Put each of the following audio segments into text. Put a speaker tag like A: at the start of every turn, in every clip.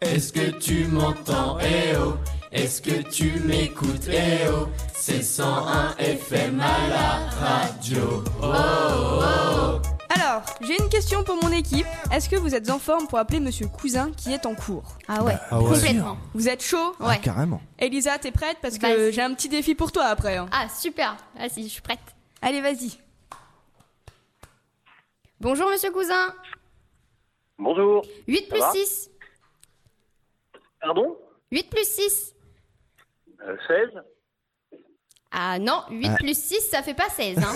A: Est-ce que tu m'entends Eh oh Est-ce que tu m'écoutes Eh oh C'est 101 FM à la radio. Oh, oh, oh.
B: Alors, j'ai une question pour mon équipe. Est-ce que vous êtes en forme pour appeler Monsieur Cousin qui est en cours
C: Ah ouais,
D: Ah ouais.
C: complètement.
B: Vous êtes chaud
D: Ah, carrément.
B: Elisa, t'es prête Parce que
C: Vas-y.
B: j'ai un petit défi pour toi après. hein.
C: Ah super, vas-y, je suis prête.
B: Allez, vas-y.
C: Bonjour Monsieur Cousin,
E: Bonjour.
C: 8 plus
E: va
C: 6,
E: Pardon
C: 8 plus 6.
E: Euh, 16
C: Ah non, 8
D: Ah.
C: plus 6, ça fait pas 16. Hein.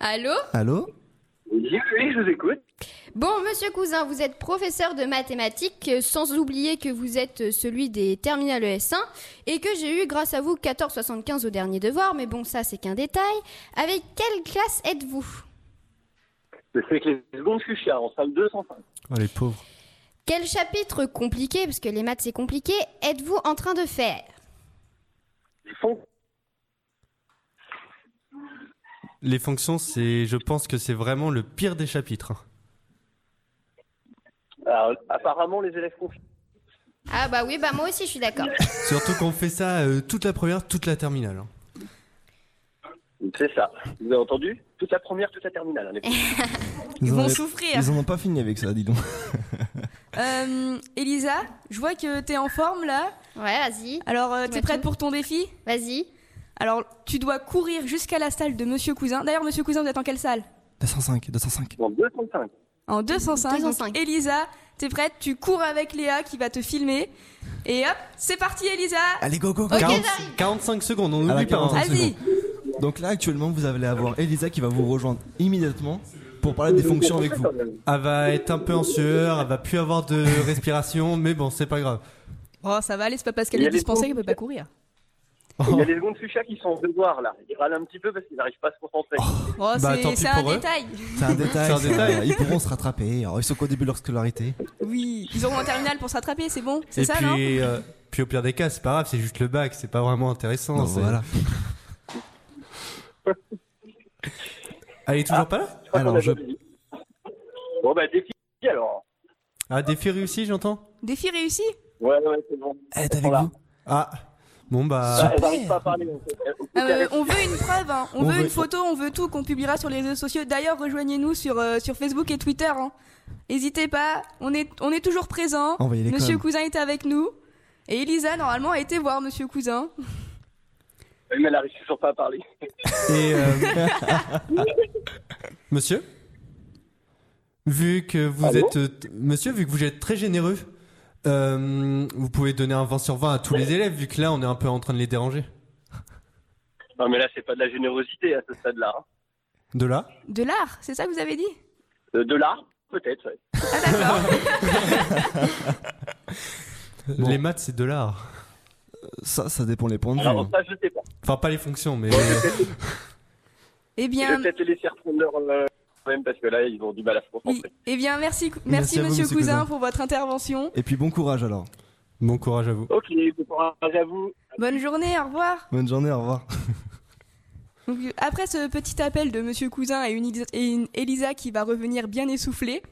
C: Allô
D: Allô
E: Oui, oui, je vous écoute.
C: Bon, monsieur Cousin, vous êtes professeur de mathématiques, euh, sans oublier que vous êtes euh, celui des terminales ES1, et que j'ai eu grâce à vous 14,75 au dernier devoir, mais bon, ça c'est qu'un détail. Avec quelle classe êtes-vous
E: C'est que les secondes fuchsia en salle 205.
D: Oh, les pauvres.
C: Quel chapitre compliqué, parce que les maths c'est compliqué, êtes-vous en train de faire
E: Ils font
F: Les fonctions, c'est, je pense que c'est vraiment le pire des chapitres. hein.
E: Alors, apparemment, les élèves confient.
C: Ah bah oui, bah moi aussi je suis d'accord.
F: Surtout qu'on fait ça euh, toute la première, toute la terminale. hein.
E: C'est ça. Vous avez entendu Toute la première, toute la terminale. hein, en effet.
B: Ils
D: en
B: vont
D: avaient-
B: souffrir.
D: Ils en ont pas fini avec ça, dis donc.
B: Euh, Elisa, je vois que t'es en forme là.
C: Ouais, vas-y,
B: Alors, euh, t'es
C: Ouais,
B: prête
C: tout.
B: pour ton défi
C: vas-y.
B: Alors, tu dois courir jusqu'à la salle de Monsieur Cousin. D'ailleurs, Monsieur Cousin, vous êtes en quelle salle
D: 205, 205.
E: En 205.
B: En 205. donc
C: 205.
B: Elisa, t'es prête Tu cours avec Léa qui va te filmer. Et hop, c'est parti, Elisa
D: Allez, go, go, go.
C: Ok,
F: 40
C: j'arrive.
F: 45 secondes, on
D: À la
F: n'oublie pas. hein.
D: 45
B: Vas-y
D: Donc là, actuellement, vous allez avoir Elisa qui va vous rejoindre immédiatement pour parler des fonctions avec vous.
F: Elle va être un peu en sueur, elle va plus avoir de respiration, mais bon, c'est pas grave.
B: Oh, ça va aller, c'est pas parce
E: Il
B: qu'elle
E: y
B: est
E: a les
B: dispensée
E: pauvres.
B: qu'elle peut pas courir.
E: Il y a les secondes fuchsia qui sont en devoir, là. Ils râlent un petit peu parce qu'ils n'arrivent pas à se concentrer.
B: Oh,
F: Bah, tant pis
B: c'est c'est un
F: pour eux.
B: détail
D: C'est un détail.
F: C'est un
D: ça.
F: détail.
D: Ils pourront se rattraper. Alors, ils sont qu'au début de leur scolarité.
B: Oui, ils auront un terminal pour se rattraper, c'est bon C'est
F: Et
B: ça, non
F: puis, euh, puis au pire des cas, c'est pas grave, c'est juste le bac, c'est pas vraiment intéressant.
D: Non,
F: c'est-
D: voilà.
F: Elle est toujours pas là
E: Ah, crois qu'on
D: Alors,
E: a
D: je-
E: fini. Bon, bah, défi alors.
F: Ah, défi réussi, j'entends
B: Défi réussi
E: Ouais, ouais, c'est bon.
D: Eh, t'es avec
E: Voilà.
D: vous
F: Ah, bon bah.
D: Ah,
E: Bah, elles n'arrivent pas à parler. donc, euh, au
B: Euh,
E: carré.
B: On veut une preuve, hein. on,
F: On
B: veut,
F: veut-
B: une photo, on veut tout qu'on publiera sur les réseaux sociaux. D'ailleurs, rejoignez-nous sur, euh, sur Facebook et Twitter. hein. N'hésitez pas, on est, on est toujours présent.
D: Envoyez les
B: Monsieur
D: coms.
B: Cousin est avec nous. Et Elisa, normalement, a été voir Monsieur Cousin.
E: Mais elle n'arrive toujours pas à parler.
F: Et. euh, Monsieur Vu que vous
E: Allô
F: êtes. euh, t- Monsieur, vu que vous êtes très généreux, euh, vous pouvez donner un 20 sur 20 à tous les élèves, vu que là, on est un peu en train de les déranger.
E: Non, mais là, c'est pas de la générosité à ce stade-là. hein.
F: De là
B: De l'art, c'est ça que vous avez dit
E: Euh, De l'art, peut-être. ouais.
B: Ah d'accord.
D: Bon.
F: Les maths, c'est de l'art.
D: Ça, ça dépend les points de vue.
E: Alors,
D: hein.
E: ça, je sais pas.
F: Enfin, pas les fonctions, mais. euh,
B: eh
E: Je vais
B: bien,
E: peut-être les laisser reprendre leur. euh, même parce que là, ils ont du mal à se
B: oui.
E: concentrer.
B: eh bien merci, merci,
F: Merci à vous,
B: Monsieur,
F: Monsieur
B: Cousin,
F: Cousin.
B: pour votre intervention.
D: Et puis, bon courage alors.
F: Bon courage à vous.
E: Ok, bon courage à vous.
B: Bonne journée, au revoir.
D: Bonne journée, au revoir.
B: Donc, euh, après ce petit appel de Monsieur Cousin et une, Elisa- et une Elisa qui va revenir bien essoufflée,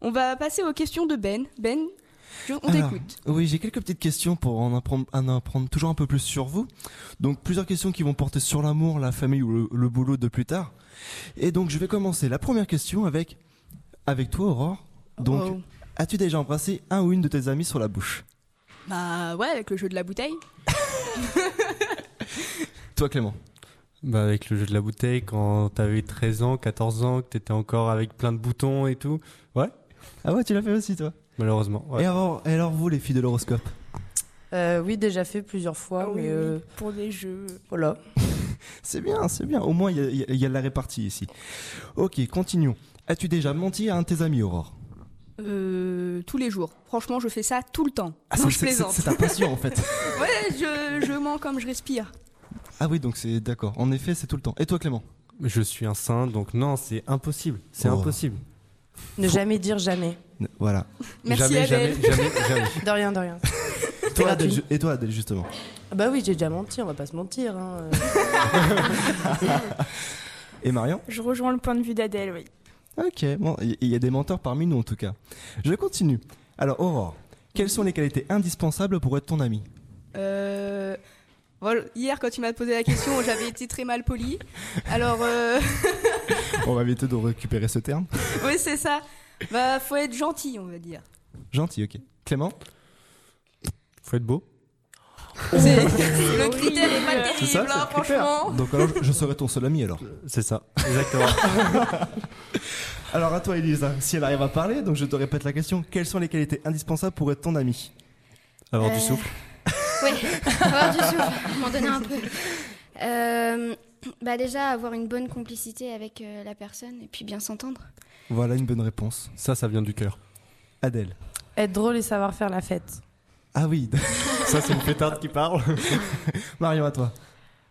B: on va passer aux questions de Ben. Ben, je- on
D: Alors,
B: t'écoute.
D: Oui, j'ai quelques petites questions pour en apprendre, en apprendre toujours un peu plus sur vous. Donc plusieurs questions qui vont porter sur l'amour, la famille ou le, le boulot de plus tard. Et donc je vais commencer la première question avec avec toi Aurore. Donc
B: Oh.
D: as-tu déjà embrassé un ou une de tes amis sur la bouche
B: Bah ouais, avec le jeu de la bouteille.
D: Toi Clément.
F: Bah avec le jeu de la bouteille, quand t'avais 13 ans, 14 ans, que t'étais encore avec plein de boutons et tout. Ouais,
D: Ah ouais, tu l'as fait aussi toi.
F: malheureusement. ouais.
D: Et alors, et alors vous les filles de l'horoscope
G: Euh, oui, déjà fait plusieurs
H: Ah
G: fois, mais euh,
B: Ah Pour les jeux.
G: voilà.
D: C'est bien, c'est bien. Au moins il y a- il y, a- il y a de la répartie ici. Ok, continuons. As-tu déjà menti à un de tes amis Aurore
B: Euh, tous les jours. Franchement, je fais ça tout le temps.
D: Ah,
B: non,
D: c'est-
B: je
D: c'est-
B: plaisante.
D: C'est c'est ta passion en fait.
B: Ouais, je, je mens comme je respire.
D: Ah oui, donc c'est d'accord. En effet, c'est tout le temps. Et toi Clément
F: Je suis un saint, donc non, c'est impossible. C'est
D: Oh.
F: impossible.
G: Ne jamais dire jamais.
D: Voilà.
B: Merci
F: jamais,
B: Abel.
F: jamais, jamais, jamais.
G: De rien, de rien.
D: Toi,
G: gratuit.
D: Adèle, ju- et toi, Adèle, justement.
G: euh. Ah Bah oui, j'ai déjà menti, on va pas se mentir. hein.
D: Et Marion
H: Je rejoins le point de vue d'Adèle, oui.
D: Ok, bon, il y, y a des menteurs parmi nous en tout cas. Je continue. Alors, Aurore, quelles sont les qualités indispensables pour être ton ami
B: Euh, voilà, hier, quand tu m'as posé la question, j'avais été très mal polie. Alors, euh,
D: On va éviter de récupérer ce terme.
B: oui, c'est ça. Bah, faut être gentil, on va dire.
D: Gentil, ok. Clément
F: Faut être beau.
B: C'est- le critère est pas
D: C'est ça,
B: terrible, hein,
D: c'est le critère.
B: franchement.
D: Donc alors, je, je serai ton seul ami alors.
F: C'est ça, exactement.
D: Alors à toi, Elisa, si elle arrive à parler, donc je te répète la question. Quelles sont les qualités indispensables pour être ton ami
F: Avoir
C: Euh,
F: du souffle.
C: Oui, avoir du souffle, m'en donner un peu. Euh, bah déjà, avoir une bonne complicité avec euh, la personne et puis bien s'entendre.
D: Voilà une bonne réponse.
F: Ça, ça vient du cœur.
D: Adèle.
G: Être drôle et savoir faire la fête.
D: Ah oui,
F: Ça, c'est une pétarde qui parle.
D: Marion à toi.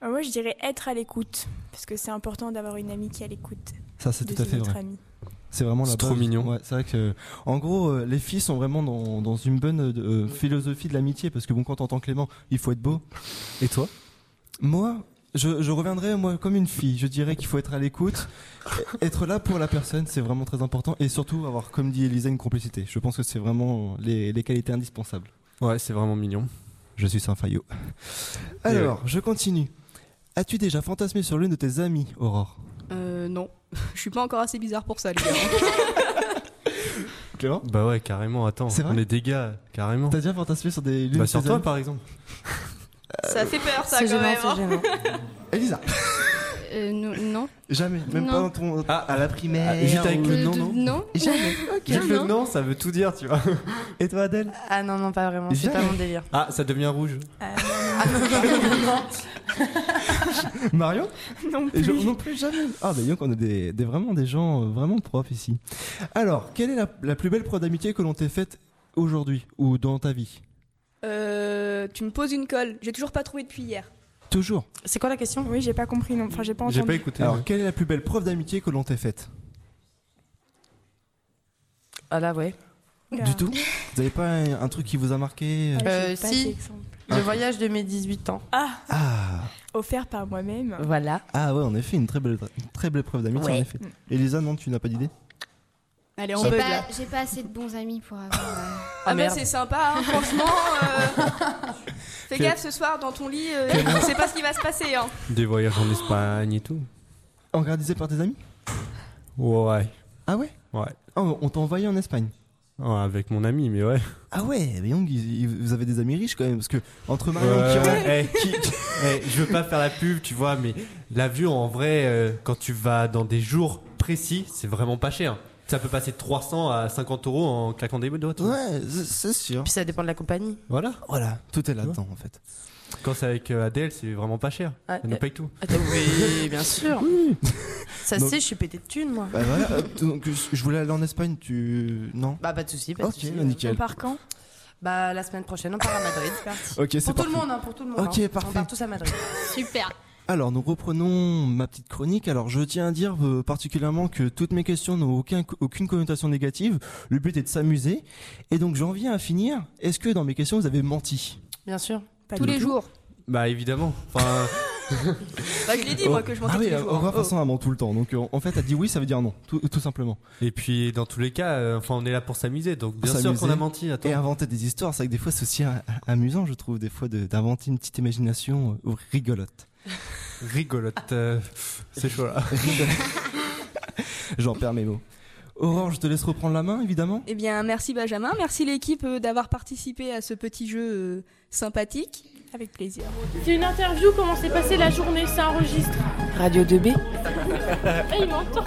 H: Euh, Moi, je dirais être à l'écoute, parce que c'est important d'avoir une amie qui est à l'écoute
D: Ça c'est
H: de
D: tout à fait
H: notre
D: vrai.
H: amie.
D: C'est vraiment la
F: C'est trop
D: base.
F: mignon.
D: Ouais, c'est vrai que, en gros, euh, les filles sont vraiment dans, dans une bonne euh, philosophie de l'amitié parce que bon, quand t'entends Clément, il faut être beau.
F: Et toi
D: Moi, je, je reviendrai moi comme une fille. Je dirais qu'il faut être à l'écoute, être là pour la personne, c'est vraiment très important, et surtout avoir, comme dit Elisa, une complicité. Je pense que c'est vraiment les, les qualités indispensables.
F: Ouais, c'est vraiment mignon.
D: Je suis un faillot. Alors, je continue. As-tu déjà fantasmé sur l'une de tes amies, Aurore
B: Euh, non. Je suis pas encore assez bizarre pour ça, les gars.
D: Clément
F: Bah ouais, carrément, attends.
D: C'est vrai
F: on est des gars, carrément.
D: T'as déjà fantasmé sur des l'une
F: Bah
D: de
F: sur
D: tes
F: toi,
D: amies
F: par exemple.
B: ça fait peur, ça,
G: C'est
B: quand
G: gênant,
B: même.
G: c'est
B: hein.
G: gênant.
D: Elisa
C: Euh, non, non.
D: Jamais, même
C: Non.
D: pas dans ton.
F: Ah, à la
D: primaire.
F: juste avec le
C: Euh,
F: non,
C: de-
F: non.
D: Jamais.
F: Juste le non, ça veut tout dire, tu vois.
D: Et toi, Adèle
G: Ah non, non, pas vraiment. C'est
D: Jamais.
G: pas mon délire.
F: Ah, ça devient rouge.
H: Euh,
D: Marion
H: non
D: Et
H: plus.
D: je- non plus jamais. Ah bah donc on a des, des- vraiment des gens euh, vraiment profs ici. Alors, quelle est la, la plus belle preuve d'amitié que l'on t'ait faite aujourd'hui ou dans ta vie
B: Euh, tu me poses une colle. J'ai toujours pas trouvé depuis hier.
D: Toujours.
G: C'est quoi la question
H: Oui, j'ai pas compris, non. Enfin, j'ai pas
F: J'ai
H: entendu.
F: pas écouté.
D: Alors, quelle est la plus belle preuve d'amitié que l'on t'ait faite
G: Ah là, ouais.
H: Oula.
D: Du tout Vous avez pas un, un truc qui vous a marqué euh
H: Ah, Euh, j'ai
G: Euh,
H: pas
G: si.
H: d'exemple.
G: Le voyage de mes 18 ans.
H: Ah,
D: Ah
H: offert par moi-même.
G: Voilà.
D: ah ouais, en effet, une très belle, une très belle preuve d'amitié en effet. Elisa, non, tu n'as pas d'idée
B: Allez, on
C: J'ai
B: bug
C: pas,
B: là.
C: j'ai pas assez de bons amis pour avoir. euh,
B: Ah, bah,
G: merde.
B: c'est sympa, hein, franchement. euh, Fais
D: Que-
B: gaffe ce soir dans ton lit, euh, tu sais pas ce qui va se passer. Hein.
F: Des voyages en Espagne et tout.
D: Organisée par tes amis
F: Ouais.
D: Ah ouais
F: Ouais.
D: Oh, on t'a envoyé en Espagne.
F: Ouais, avec mon ami, mais ouais.
D: Ah ouais, mais donc, ils- ils- vous avez des amis riches quand même, parce que entre Marion
F: Ouais,
D: qui en-
F: ouais, eh, qui- qui- eh, je veux pas faire la pub, tu vois, mais l'avion en vrai, euh, quand tu vas dans des jours précis, c'est vraiment pas cher. Ça peut passer de 300 à 50 euros en claquant des doigts. tu vois.
D: Ouais, c'est- c'est sûr.
G: Puis ça dépend de la compagnie.
F: Voilà.
D: Voilà, tout est là-dedans en fait.
F: Quand c'est avec euh, Adèle, c'est vraiment pas cher.
G: Ah,
F: Elle nous
G: euh,
F: paye tout.
G: attends, oui, bien sûr. Ça
D: Donc-
G: se sait, je suis pété de thunes, moi.
D: Bah voilà, euh, donc je je voulais aller en Espagne, tu. Non
G: Bah, pas de soucis. Pas de
D: Ok,
G: soucis.
D: bah,
H: On
D: nickel.
H: part quand
G: Bah, la semaine prochaine, on part à Madrid.
D: Ok, c'est
G: Pour tout
D: parti.
G: le monde, hein, pour tout le monde.
D: Ok,
G: hein.
D: parfait.
G: On part tous à Madrid.
C: Super.
D: Alors, nous reprenons ma petite chronique. Alors, je tiens à dire euh, particulièrement que toutes mes questions n'ont aucun, aucune connotation négative. Le but est de s'amuser. Et donc, j'en viens à finir. Est-ce que dans mes questions, vous avez menti
G: Bien sûr.
H: Pas
B: Tous
H: du
B: les
H: tout.
B: jours.
F: Bah évidemment. Enfin,
B: Bah, je l'ai dit, moi,
D: Oh.
B: que je m'en
D: Ah oui,
B: tous les jours.
D: on
B: hein.
D: va
B: Oh.
D: façon avant tout le temps. Donc, euh, en fait, elle dit oui, ça veut dire non, tout, tout simplement.
F: et puis dans tous les cas, euh, enfin on est là pour s'amuser, donc bien sûr
D: S'amuser.
F: qu'on a menti. Attends.
D: Et inventer des histoires, c'est vrai que des fois, c'est aussi euh, amusant, je trouve, des fois, de- d'inventer une petite imagination euh, rigolote.
F: Rigolote. euh, c'est chaud là.
D: J'en perds mes mots. Aurore, je te laisse reprendre la main, évidemment.
B: Eh bien, merci Benjamin, merci l'équipe euh, d'avoir participé à ce petit jeu euh, sympathique.
H: Avec plaisir.
I: C'est une interview, comment s'est passée la journée, ça enregistre.
G: Radio 2B.
I: Et il m'entend.